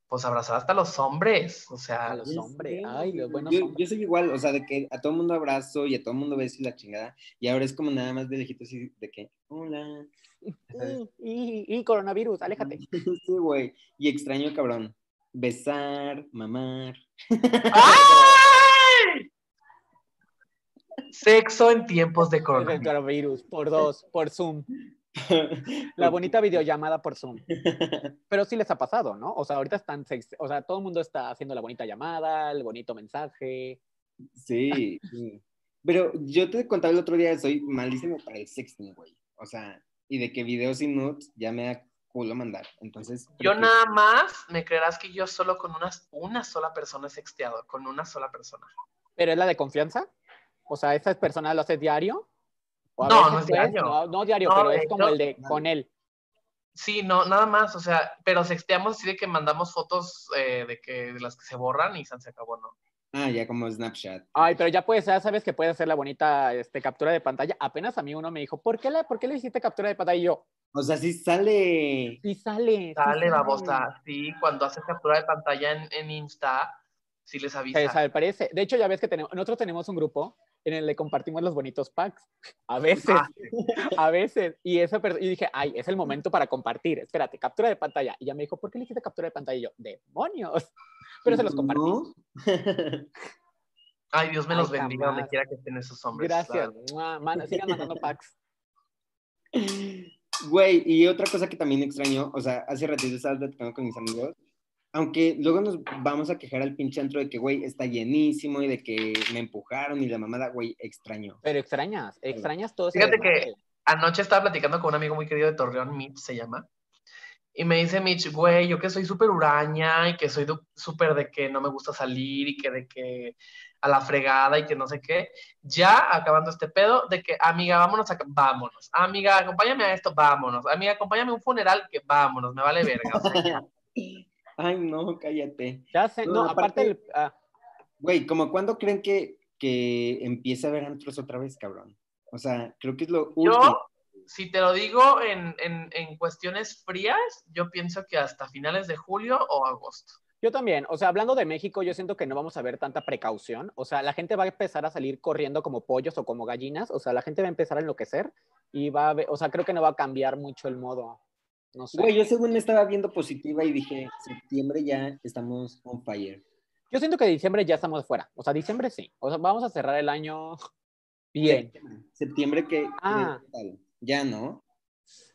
pues abrazar hasta a los hombres, o sea,
A los
Ya
hombres,
sé.
ay, los buenos
Yo,
hombres.
yo soy igual, o sea, de que a todo mundo abrazo y a todo mundo beso y la chingada. Y ahora es como nada más de lejitos y de que, hola. ¿sabes?
Y, y- y coronavirus,
Mm.
aléjate.
Sí, güey. Y extraño, cabrón. Besar, mamar.
¡Ay! Sexo en tiempos de
Es el
coronavirus.
coronavirus, por dos, por Zoom. La bonita videollamada por Zoom. Pero sí les ha pasado, ¿no? O sea, ahorita están, sex- o sea, todo el mundo está haciendo la bonita llamada, el bonito mensaje.
Sí, sí. Pero yo te contaba el otro día, soy malísimo para el sexting, güey. O sea, y de que videos y nudes ya me da culo mandar. Entonces,
Yo
prefiero-
nada más, me creerás que yo solo con una, una sola persona he sexteado, con una sola persona.
¿Pero es la de confianza? O sea, ¿esta persona lo hace diario? ¿O a
No,
veces
no es diario.
No, no diario,
No,
pero
de
es como
hecho-
el de con él.
Sí, no, nada más, o sea, pero sexteamos así de que mandamos fotos eh, de que de las que se borran y san se acabó, ¿no?
Ah, ya como Snapchat.
Ay, pero ya puedes, ya sabes que puedes hacer la bonita este, captura de pantalla. Apenas a mí uno me dijo, ¿por qué, la, ¿por qué le hiciste captura de pantalla? Y yo,
O sea, sí sale.
sí sale. sí
Dale, babosa, sí, cuando haces captura de pantalla en, en Insta, sí les avisa.
Se desaparece. De hecho, ya ves que tenemos, nosotros tenemos un grupo en el que compartimos los bonitos packs. A veces,
Ah,
a veces. Y, esa per- y dije, ay, es el momento para compartir. Espérate, captura de pantalla. Y ya me dijo, ¿por qué le hiciste captura de pantalla? Y yo, demonios. Pero se los compartí.
¿No?
Ay, Dios me
Ay,
los bendiga donde
jamás.
quiera que estén esos hombres. la
Gracias. Mua, man- sigan mandando packs.
Güey, y otra cosa que también extraño, o sea, hace ratito estaba platicando con mis amigos, aunque luego nos vamos a quejar al pinche antro de que, güey, está llenísimo y de que me empujaron y la mamada, güey, extraño.
Pero extrañas, extrañas todo ese
Fíjate que-
desmadre.
Anoche estaba platicando con un amigo muy querido de Torreón, Mitch se llama, y me dice Mitch, güey, yo que soy súper huraña y que soy du- súper de que no me gusta salir y que de que a la fregada y que no sé qué, ya acabando este pedo de que, amiga, vámonos, a, vámonos, amiga, acompáñame a esto, vámonos, amiga, acompáñame a un funeral, que vámonos, me vale verga. o sea, ya.
Ay, no, cállate.
Ya sé,
No,
no, aparte,
aparte-
el- ah,
Güey, ¿como cuándo creen que, que empiece a ver antros otra vez, cabrón? O sea, creo que es lo último.
yo, si te lo digo en, en- en cuestiones frías, yo pienso que hasta finales de julio o agosto.
yo también, o sea, hablando de México, yo siento que no vamos a ver tanta precaución, o sea, la gente va a empezar a salir corriendo como pollos o como gallinas, o sea, la gente va a empezar a enloquecer y va a ver, o sea, creo que no va a cambiar mucho el modo, no sé.
Güey, yo según me estaba viendo positiva y dije, septiembre ya estamos on fire.
Yo siento que diciembre ya estamos fuera, o sea, diciembre sí, o sea, vamos a cerrar el año bien.
Septiembre que...
Ah.
¿qué tal? Ya, ¿no?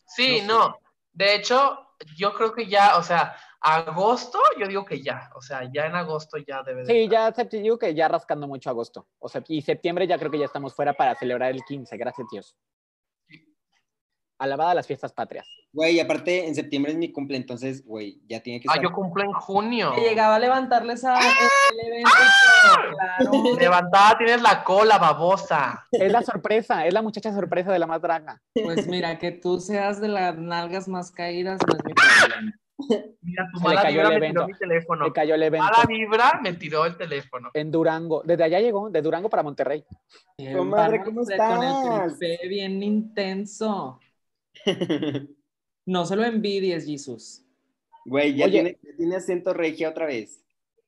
Sí,
No
no.
sé.
De hecho, yo creo que ya, o sea, agosto, yo digo que ya, o sea, ya en agosto ya debe de
Sí,
estar.
ya sept- digo que ya rascando mucho agosto, o sea, y septiembre ya creo que ya estamos fuera para celebrar el 15, gracias Dios. Alabada las fiestas patrias.
Güey, aparte en septiembre es mi cumple, entonces, güey, ya tiene que
Ah,
estar.
yo cumplo en junio.
Que llegaba a levantarles a
¡Ah!
el evento. y todo, Claro.
Levantada tienes la cola, babosa.
Es la sorpresa, es la muchacha sorpresa de la más draga.
Pues mira, que tú seas de las nalgas más caídas no es mi problema.
Mira, tu
Se le
mala
cayó
vibra
el
me tiró
evento.
mi teléfono.
Le cayó el evento.
Mala vibra me tiró el teléfono.
En Durango. Desde allá llegó, de Durango para Monterrey.
Comadre, ¿cómo
Con el
estás?
tripe bien intenso. No se lo envidies, Jesús.
Güey, ya
Oye.
tiene, ya tiene acento regia otra vez.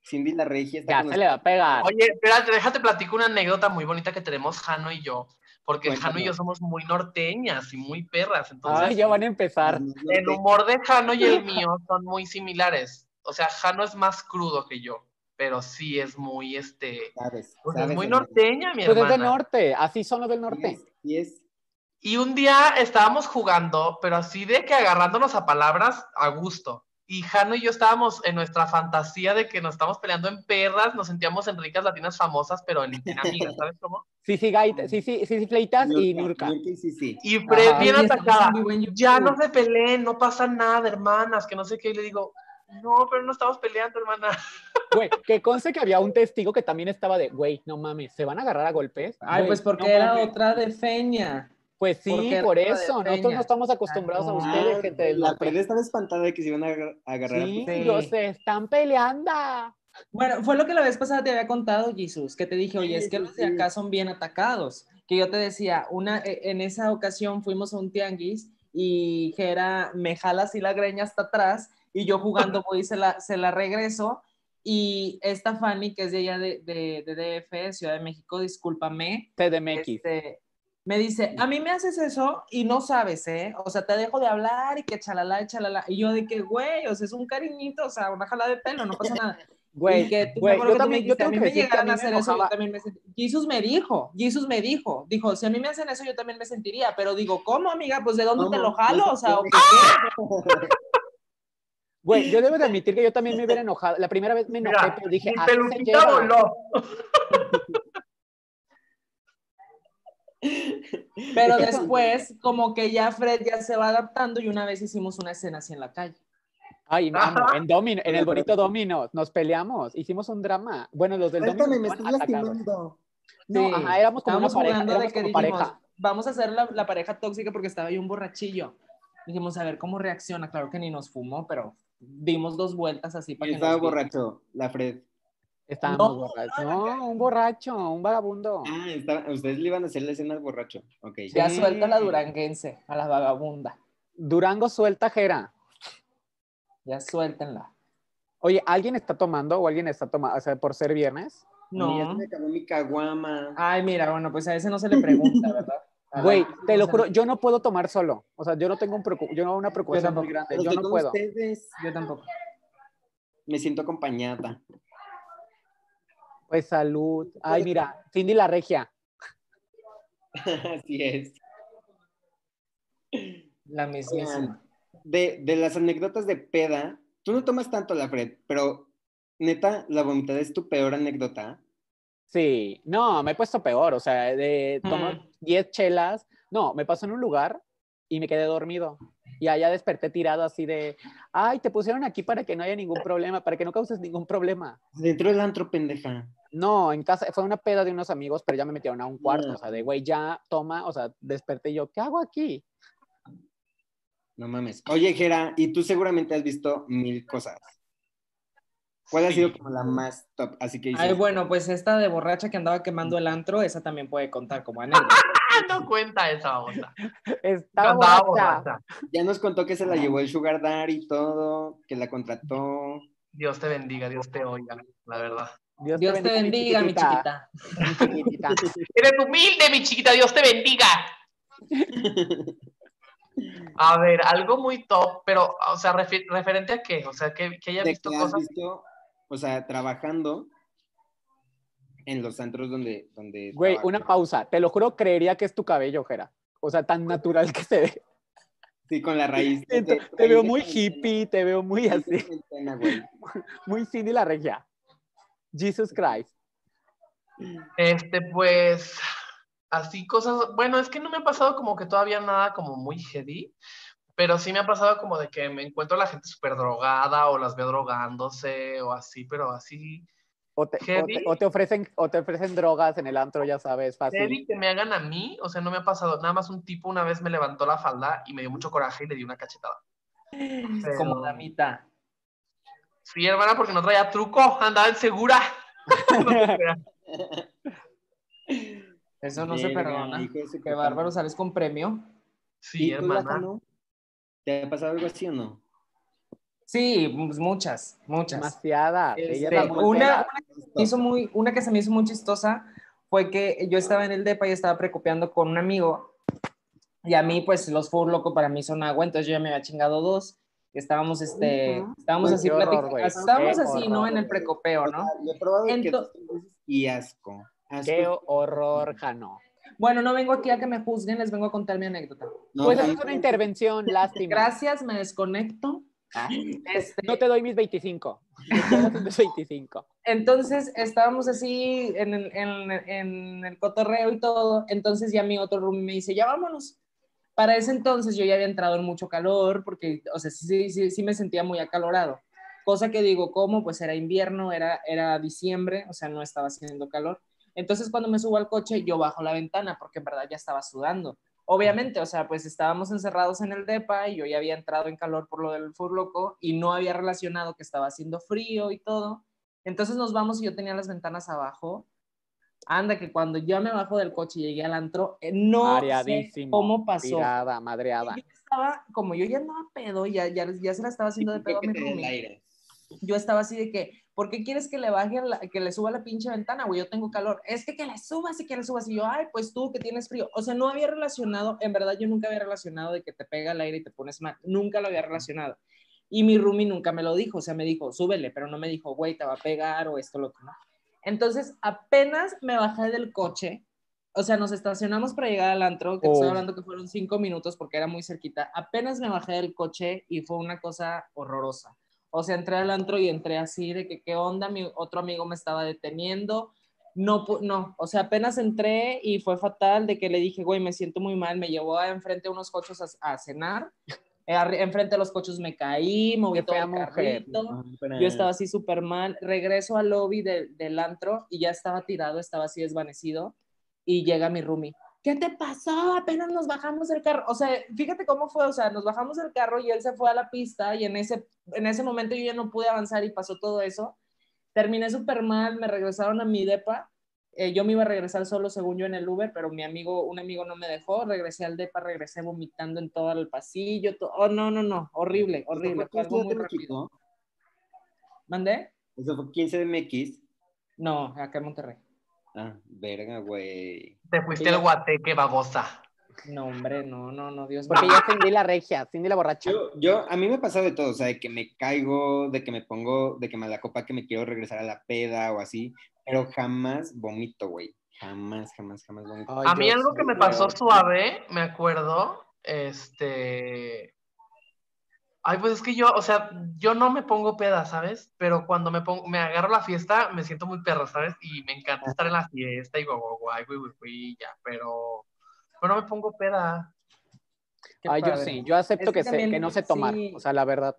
Cindy la regia está
Ya
con
se le va a pegar.
Oye, espérate, déjate platico una anécdota muy bonita que tenemos Jano y yo, porque Jano y yo
Cuéntanos.
somos muy norteñas y muy perras, entonces
Ay, ya van a empezar.
nosotros.
el humor de Jano y el mío son muy similares. O sea, Jano es más crudo que yo, pero sí es muy este,
Sabes,
pues es
sabes,
muy
hermano.
norteña, mi
Pues es del
hermana.
norte. Así son los del
Y
norte.
es- y es-
Y un día estábamos jugando, pero así de que agarrándonos a palabras a gusto. Y Jano y yo estábamos en nuestra fantasía de que nos estábamos peleando en perras, nos sentíamos en ricas latinas famosas, pero en, en amigas, ¿sabes cómo?
Sí, sí, gaita, sí, sí, sí, sí, fleitas y nurca.
y Sisi.
Y Fred
Ajá.
bien
Oye, estamos
atacada.
en vivo en YouTube.
Ya no se peleen, no pasa nada, hermanas, que no sé qué. Y le digo, no, pero no estamos peleando, hermana.
Güey, que conste que había un testigo que también estaba de, güey, no mames, ¿se van a agarrar a golpes?
Ay,
Güey,
pues porque
no
era
mames.
otra de feña.
Pues sí,
porque era
por
otra de
eso. Nosotros
Peña.
no estamos acostumbrados a
Ah,
ustedes, gente del
la perra
norte.
estaba espantada de pues. que se iban a agar- a agarrar a
Sí,
Sí.
yo sé, están peleando.
Bueno, fue lo que la vez pasada te había contado, Jesús, que te dije, oye,
Sí,
es que
sí,
los de acá
sí.
son bien atacados. Que yo te decía, una, e- en esa ocasión fuimos a un tianguis y que era, me jala así la greña hasta atrás y yo jugando voy y se la, se la regreso. Y esta Fanny, que es de allá de, de, de DF, Ciudad de México, discúlpame,
CDMX.
este, me dice, a mí me haces eso y no sabes, ¿eh? O sea, te dejo de hablar y que chalala, y chalala. Y yo de que, güey, o sea, es un cariñito, o sea, una jala de pelo, no pasa nada.
Güey,
Y que tú- me
güey,
acuerdo
yo
que tú me
también, yo
dijiste,
tengo
a mí
que
me
decir que a
llegaron
mí
a
me
hacer eso, yo
enojaba.
también me sentí- Jesús me dijo, Jesús me dijo, dijo, si a mí me hacen eso, yo también me sentiría, pero digo, ¿cómo, amiga? Pues, ¿de dónde te
¿Cómo?
lo jalo? O sea, ¿o qué?
Güey, yo debo de admitir que yo también me hubiera enojado. La primera vez me enojé,
Mira,
pero dije,
Mi
así se
peluquita
lleva.
voló.
Pero
Dije,
después, como que ya Fred ya se va adaptando y una vez hicimos una escena así en la calle.
Ay, no,
Ajá.
amor, en domino, en el bonito domino, nos peleamos, hicimos un drama. Bueno, los del domino
Suéltame, me
estaban
estoy
atacados.
lastimando.
No,
Sí.
ajá, éramos como una
Estábamos
pareja,
jugando de
éramos
que
como
dijimos,
pareja.
vamos a hacer la, la pareja tóxica porque estaba ahí un borrachillo. Dijimos, a ver cómo reacciona. Claro que ni nos fumó, pero dimos dos vueltas así para que
Estaba
nos viera.
borracho, la Fred.
Estábamos
No,
borrachos. No, un borracho, un vagabundo.
Ah, estaba- ustedes le iban a hacer la escena al borracho. Ok.
Ya
Sí.
suelta a la duranguense, a la vagabunda.
Durango suelta jera.
Ya suéltenla.
Oye, ¿alguien está tomando o alguien está tomando? O sea, por ser viernes.
No. Ya
No.
se me acabó mi caguama.
Ay, mira, bueno, pues a ese no se le pregunta, ¿verdad? A la-
Güey, te lo
no se
juro,
le-
yo no puedo tomar solo. O sea, yo no tengo un preocu- yo no una preocupación muy
tampoco.
grande.
Pero
Yo
estoy
no
con
puedo.
ustedes.
Yo tampoco.
Me siento acompañada.
Pues salud. Ay, mira, Cindy la regia.
Así es.
La mismísima.
De, de las anécdotas de peda, tú no tomas tanto la Fred, pero neta, la vomitada es tu peor anécdota.
Sí, no, me he puesto peor, o sea, de
Mm.
tomar 10 chelas, no, me pasó en un lugar y me quedé dormido. Y allá desperté tirado así de, ay, te pusieron aquí para que no haya ningún problema, para que no causes ningún problema.
Dentro del antro, pendeja.
No, en casa, fue una peda de unos amigos, pero ya me metieron a un cuarto,
Mm.
o sea, de, güey, ya toma, o sea, desperté y yo, ¿qué hago aquí?
No mames. Oye, Jera, y tú seguramente has visto mil cosas. ¿Cuál ha
Sí.
sido como la más top? Así que dices,
Ay, bueno, pues esta de borracha que andaba quemando el antro, esa también puede contar como anécdota.
Ah, no cuenta esa babosa.
Estaba
Yo andaba
borracha.
borracha.
ya nos contó que se la llevó el Sugar Daddy y todo, que la contrató.
Dios te bendiga, Dios te oiga, la verdad.
Dios te bendiga, mi chiquita.
mi chiquita.
Eres humilde, mi chiquita, Dios te bendiga. A ver, algo muy top, pero, o sea, refi- referente a qué, o sea, que, que haya
de
visto
que has
cosas.
visto, o sea, trabajando en los antros donde... donde
Güey,
trabajas.
una pausa, te lo juro, creería que es tu cabello, Jera. O sea, tan natural que se ve.
Sí, con la raíz.
Te, te
de-
veo
raíz de
muy
cuarentena,
hippie, te veo muy
raíz de
así,
cuarentena, güey.
muy Cindy la regia. Jesus Christ.
Este, pues, así cosas. Bueno, es que no me ha pasado como que todavía nada como muy heavy, pero sí me ha pasado como de que me encuentro a la gente súper drogada o las veo drogándose o así, pero así.
O te, o te- o te ofrecen, o te ofrecen drogas en el antro, ya sabes, fácil.
Heavy que me hagan a mí, o sea, no me ha pasado. Nada más un tipo una vez me levantó la falda y me dio mucho coraje y le di una cachetada. Pero-
como damita.
Sí, hermana, porque no traía truco, andaba insegura. No te creas.
Eso no se
Verga,
perdona.
hijo de su
Qué
puta
bárbaro,
madre.
sales con premio.
sí,
¿Y tú,
hermana.
Lázaro, ¿Te ha pasado algo así o no?
Sí, pues muchas, muchas.
Demasiada.
Este,
Ella era
una,
muy
una que se me hizo muy, una que se me hizo muy chistosa fue que yo estaba en el DEPA y estaba precopiando con un amigo y a mí pues los furloco para mí son agua, entonces yo ya me había chingado dos. Estábamos, este,
Ujú.
estábamos
Uy,
así,
qué horror,
platicando,
güey.
estábamos
Qué
así, ¿no?
horror,
En el
güey.
precopeo, ¿no?
Lo he probado y que
Ento-
dos veces y asco. Asco.
Qué horror, Jano.
Bueno, no vengo aquí a que me juzguen, les vengo a contar mi anécdota.
No,
Pues
no,
eso es
no.
una intervención, lástima.
Gracias, me desconecto.
Ah.
Este,
No te doy mis 25. Te quedas sin tus 25.
Entonces estábamos así en, el- en- en el cotorreo y todo. Entonces ya mi otro roomie me dice, ya vámonos. Para ese entonces yo ya había entrado en mucho calor porque, o sea, sí, sí, sí, sí me sentía muy acalorado. Cosa que digo, ¿cómo? Pues era invierno, era, era diciembre, o sea, no estaba haciendo calor. Entonces cuando me subo al coche yo bajo la ventana porque en verdad ya estaba sudando. Obviamente, o sea, pues estábamos encerrados en el DEPA y yo ya había entrado en calor por lo del furloco y no había relacionado que estaba haciendo frío y todo. Entonces nos vamos y yo tenía las ventanas abajo. Anda, que cuando yo me bajo del coche y llegué al antro, eh, no sé
Mareadísimo.
cómo pasó.
Pirada, madreada.
Yo estaba, como yo ya andaba pedo, ya, ya, ya se la estaba haciendo de
Creo
pedo a
que
mi
te da el
roomie.
aire.
Yo estaba así de que, ¿por qué quieres que le baje, la- que le suba la pinche ventana, güey? Yo tengo calor. Es que que le subas y que le subas. Y yo, ay, pues tú que tienes frío. O sea, no había relacionado, en verdad yo nunca había relacionado de que te pega el aire y te pones mal. Nunca lo había relacionado. Y mi roomie nunca me lo dijo. O sea, me dijo, súbele, pero no me dijo, güey, te va a pegar o esto, lo que no. Entonces, apenas me bajé del coche. O sea, nos estacionamos para llegar al antro, que te estoy
Oh.
hablando que fueron cinco minutos porque era muy cerquita. Apenas me bajé del coche y fue una cosa horrorosa. O sea, entré al antro y entré así de que qué onda, mi otro amigo me estaba deteniendo. No, pu- no, o sea, apenas entré y fue fatal de que le dije, güey, me siento muy mal, me llevó a enfrente a unos cochos a, a cenar, Eh, arri- enfrente a los cochos me caí, moví
Qué
todo
fea
el
mujer.
carrito. Yo estaba así súper mal. Regreso al lobby de- del antro y ya estaba tirado, estaba así desvanecido. Y llega mi roomie. ¿Qué te pasó? Apenas nos bajamos del carro. O sea, fíjate cómo fue. O sea, nos bajamos del carro y él se fue a la pista y en ese, en ese momento yo ya no pude avanzar y pasó todo eso. Terminé súper mal, me regresaron a mi depa. Eh, yo me iba a regresar solo, según yo, en el Uber, pero mi amigo, un amigo no me dejó. Regresé al depa, regresé vomitando en todo el pasillo. to- Oh, no, no, no. Horrible, horrible. Fue algo muy rápido. ¿Mandé?
Eso fue 15 de MX.
No, acá en Monterrey.
Ah, verga, güey.
Te fuiste al guateque, babosa.
No, hombre, no, no, no, Dios mío.
Porque ya Cindy la regia, Cindy la borracha.
Yo, yo, a mí me ha pasado de todo, o sea, de que me caigo, de que me pongo, de que me da la copa, que me quiero regresar a la peda o así, pero jamás vomito, güey. Jamás, jamás, jamás vomito.
Ay,
A mí
yo
algo
soy
que me
peor.
pasó suave, me acuerdo, este... Ay, pues es que yo, o sea, yo no me pongo peda, ¿sabes? Pero cuando me pongo, me agarro la fiesta, me siento muy perra, ¿sabes? Y me encanta estar en la fiesta y guau, guau, guay, guay, guay, guay, ya, pero... Pero no me pongo peda.
Qué
Ay, ah, yo
padre.
sí, yo acepto
Es que
que, sé-
también-
que no sé tomar,
sí.
o sea, la verdad.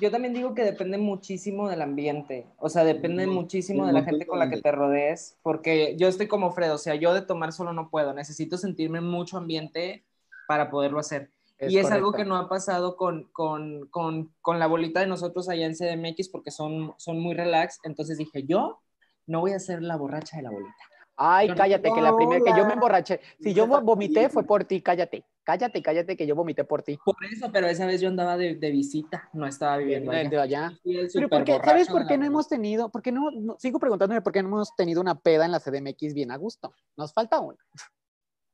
Yo también digo que depende muchísimo del ambiente, o sea, depende
Ujú,
muchísimo
sí,
de la
muy
gente con la que te rodees, porque yo estoy como Fred, o sea, yo de tomar solo no puedo, necesito sentirme en mucho ambiente para poderlo hacer. y es algo que
correcto.
no ha pasado con, con, con, con la bolita de nosotros allá en CDMX porque son, son muy relax, entonces dije, yo no voy a ser la borracha de la bolita.
Ay,
Yo no-
cállate, que la primera que yo me
Hola.
emborraché, si yo vo- vomité fue por ti, cállate. Cállate, cállate, que yo vomité por ti.
Por eso, pero esa vez yo andaba de, de visita, no estaba viviendo allá.
De allá.
Fui el
Pero ¿por qué?
superborracho
¿sabes
de
por
la
qué no
bolita.
hemos tenido, por qué no, no- sigo preguntándome por qué no hemos tenido una peda en la CDMX bien a gusto? Nos falta una.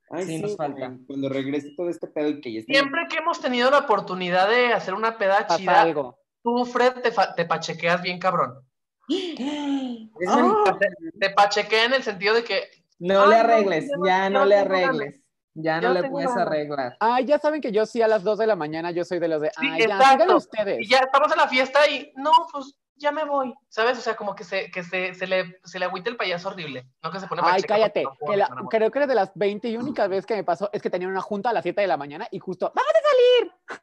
Ay,
sí, nos falta.
güey, Cuando regrese todo este pedo y que ya esté-
Siempre que hemos tenido la oportunidad de hacer una peda
Pasa
chida,
algo.
tú, Fred, te, fa- te pachequeas bien cabrón.
Es
¡Ah!
mentira.
Te pachequea en el sentido de que
No
Ay,
le
no,
arregles,
yo no-
ya
yo
no
no
le
tengo ganas.
arregles, ya no
Yo
le
tengo
puedes
ganas.
arreglar.
Ay, ya saben que yo sí a las 2 de la mañana yo soy de los de,
Sí,
ay, ya,
exacto.
sigan
y
ustedes.
ya estamos en la fiesta y no, pues ya me voy, ¿sabes? O sea, como que se, que se, se le, se le agüita el payaso horrible, no que se pone
Ay,
pacheco,
cállate.
no,
que la-
no, no, no.
creo que era de las 20 y únicas veces que me pasó es que tenía una junta a las 7 de la mañana y justo, ¡ah! ¡vamos a salir!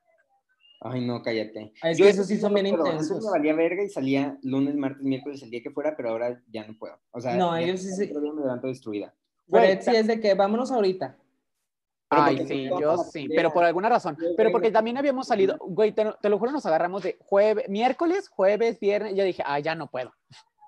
Ay, no, cállate.
Ah, Es
Yo
que
eso
esos sí
no
son bien
puedo. Antes
intensos.
me valía verga y salía lunes, martes, miércoles, el día que fuera, pero ahora ya no puedo. O sea,
No,
ya
ellos sí se-
otro día me levanto destruida.
Güey,
Pero sí es de que vámonos ahorita.
Pero
Ay,
porque
sí,
no
yo
estaba
sí,
peda.
pero por alguna razón.
Yo
Pero
vengo
porque
con-
también habíamos salido, güey, te, te lo juro, nos agarramos de jueves, miércoles, jueves, viernes. Yo dije, ah, ya no puedo.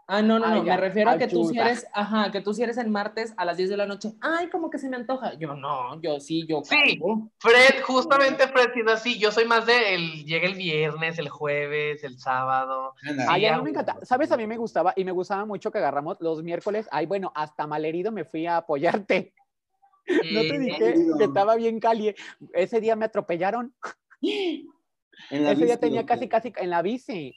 Ah, no, no,
Ay,
no,
ya,
me refiero a que tú si
ayuda.
eres, ajá, que tú si eres el martes a las 10 de la noche. Ay, como que se me antoja. Yo no, yo sí, yo
Sí.
caigo.
Fred, justamente Fred siendo así, yo soy más de el, llega el viernes, el jueves, el sábado.
Anda.
Ay, a
ya,
mí me encanta.
güey.
¿Sabes? A mí me gustaba y me gustaba mucho que agarramos los miércoles. Ay, bueno, hasta malherido me fui a apoyarte.
Mm.
No te
Eh,
dije
malherido.
que estaba bien cali. Ese día me atropellaron.
En la
Ese día
bici,
tenía
güey.
casi, casi en la bici.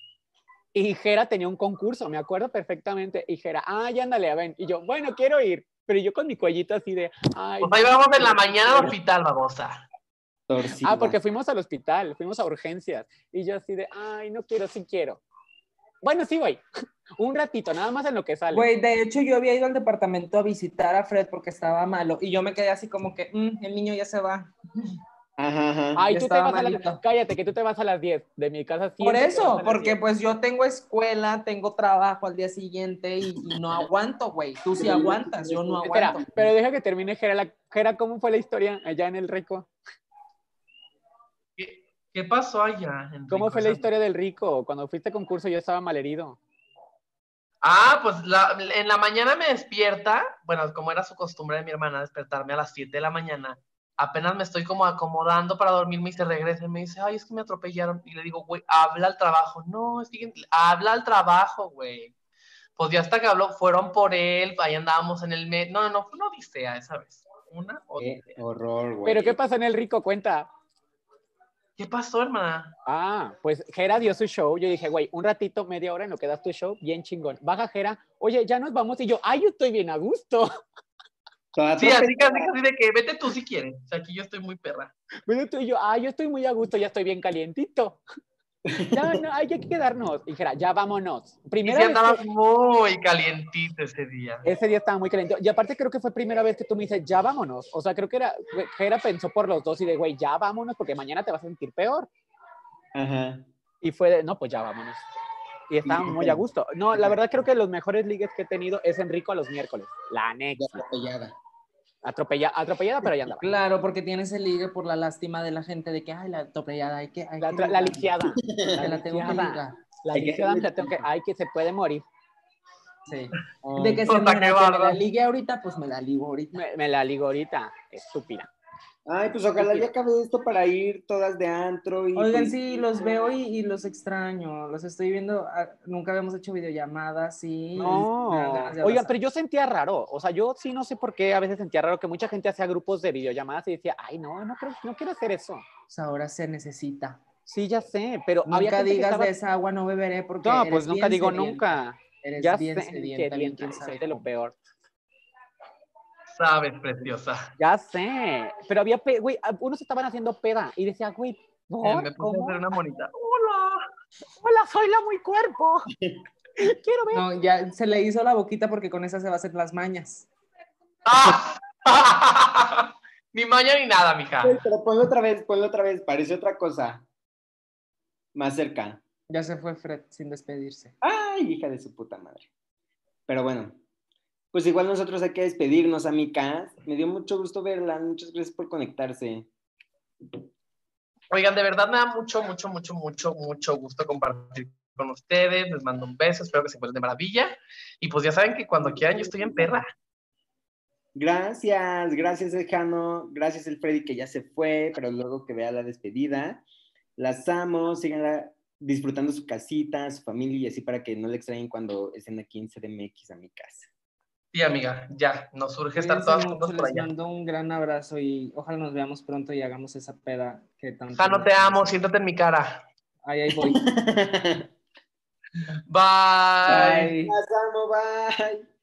Y Jera tenía un concurso, me acuerdo perfectamente. Y Jera, ay, ándale, a ven. Y yo, bueno, quiero ir. Pero yo con mi cuellito así de, ay.
Pues ahí vamos en la mañana al hospital, babosa.
Torcida.
Ah, porque fuimos al hospital, fuimos a urgencias. Y yo así de, ay, no quiero, sí quiero. Bueno, sí voy. Un ratito, nada más en lo que sale.
Güey, de hecho yo había ido al departamento a visitar a Fred porque estaba malo y yo me quedé así como que, "Mm, el niño ya se va.
Ajá, ajá.
Ay,
Ya
tú te
estaba
vas a las...
malito.
Cállate, que tú te vas a las 10 de mi casa. siempre
Por
te vas
eso,
a las
porque
10.
pues yo tengo escuela, tengo trabajo al día siguiente y, y no aguanto, güey. Tú sí aguantas, yo no
Espera,
aguanto.
pero deja que termine Jera. La... Jera, ¿cómo fue la historia allá en el rico?
¿Qué, qué pasó allá? Enrico?
¿Cómo fue la historia del rico? Cuando fuiste a concurso yo estaba malherido.
Ah, pues la- en la mañana me despierta, bueno, como era su costumbre de mi hermana despertarme a las 7 de la mañana, apenas me estoy como acomodando para dormirme y se regresa y me dice, ay, es que me atropellaron. Y le digo, güey, habla al trabajo. No, es que habla al trabajo, güey. Pues ya hasta que habló, fueron por él, ahí andábamos en el mes. No, no, no, fue una odisea esa vez. Una
Qué
odisea.
horror, güey.
¿Pero qué pasó en el rico? Cuenta.
¿Qué pasó, hermana?
Ah, pues Jera dio su show. Yo dije, güey, un ratito, media hora en lo que das tu show, bien chingón. Baja Jera, oye, ya nos vamos. Y yo, ay, yo estoy bien a gusto.
Toda
Sí, así
atropellada.
que así que así de que vete tú si quieres. O sea, aquí yo estoy muy perra.
Pero tú y yo, ay, yo estoy muy a gusto, ya estoy bien calientito. Ya, no, ay, hay que quedarnos. Y Jera, ya vámonos.
Y
Primera
sí
vez que-
andaba muy calientito ese día.
Ese día estaba muy caliente. Y aparte creo que fue primera vez que tú me dices, ya vámonos. O sea, creo que era, güey, Jera pensó por los dos y de, güey, ya vámonos porque mañana te vas a sentir peor.
Ajá.
Y fue de, no, pues ya vámonos. Y estábamos muy a gusto. No, la verdad creo que los mejores ligues que he tenido es Enrico a los miércoles. La
Ya
neta.
atropellada.
Atropella, atropellada, pero ya andaba.
Claro, porque tienes el ligue por la lástima de la gente de que, ay, la atropellada, hay que... Hay
La,
que
tra- la
ligar,
lisiada.
te
La
la tengo que
lisiada.
ligar.
La
Hay que-
lisiada me la tengo que, ay, que se puede morir.
Sí.
Ay,
De que
Puta,
se me,
qué
que me
bárbaro.
la ligue ahorita, pues me la ligo ahorita.
Me, me la ligo ahorita, estúpida.
Ay, pues ojalá ya acabe esto para ir todas de antro. Y,
Oigan,
pues,
sí, los veo y, y los extraño. Los estoy viendo. ah, Nunca habíamos hecho videollamadas, sí.
No,
Mm, Me dan ganas de
oigan,
abrazar.
pero yo sentía raro, o sea, yo sí no sé por qué a veces sentía raro que mucha gente hacía grupos de videollamadas y decía, ay, no, no, creo, no quiero hacer eso.
Pues ahora se necesita.
Sí, ya sé, pero había
Nunca
gente que
digas
estaba-
de esa agua no beberé porque.
No,
eres
pues nunca
bien
digo
sedienta.
nunca.
Eres
Ya
bien
sé,
sedienta, bien
sedienta,
quién
soy
sabe
de lo
cómo.
peor.
Sabes, preciosa.
Ya sé, pero había, pe- güey, a- unos estaban haciendo peda y decía, güey, ¿por?
Eh, me puse
¿Cómo?
a hacer una monita. ¡Hola!
Hola, soy la muy cuerpo. Quiero ver.
No, ya se le hizo la boquita porque con esa se va a hacer las mañas.
¡Ah! ni maña ni nada, mija.
Ay, Pero ponlo otra vez, ponlo otra vez. Parece otra cosa. Más cerca.
Ya se fue Fred sin despedirse.
Ay, hija de su puta madre. Pero bueno, pues igual nosotros hay que despedirnos, amigas. Me dio mucho gusto verla. Muchas gracias por conectarse.
Oigan, de verdad me da mucho, mucho, mucho, mucho, mucho gusto compartir con ustedes. Les mando un beso, espero que se encuentren de maravilla. Y pues ya saben que cuando quieran yo estoy en perra.
Gracias, gracias el Jano, gracias el Freddy que ya se fue, pero luego que vea la despedida. Las amo, síganla disfrutando su casita, su familia y así para que no le extrañen cuando estén aquí en CDMX a mi casa.
Sí, amiga, ya, nos surge estar todas
Cuídense mucho,
juntas por
Les
allá.
mando un gran abrazo y ojalá nos veamos pronto y hagamos esa peda que tanto.
Jano, te amo, siéntate en mi cara.
Ahí, ahí voy.
Las
Bye.
Bye.
amo, bye.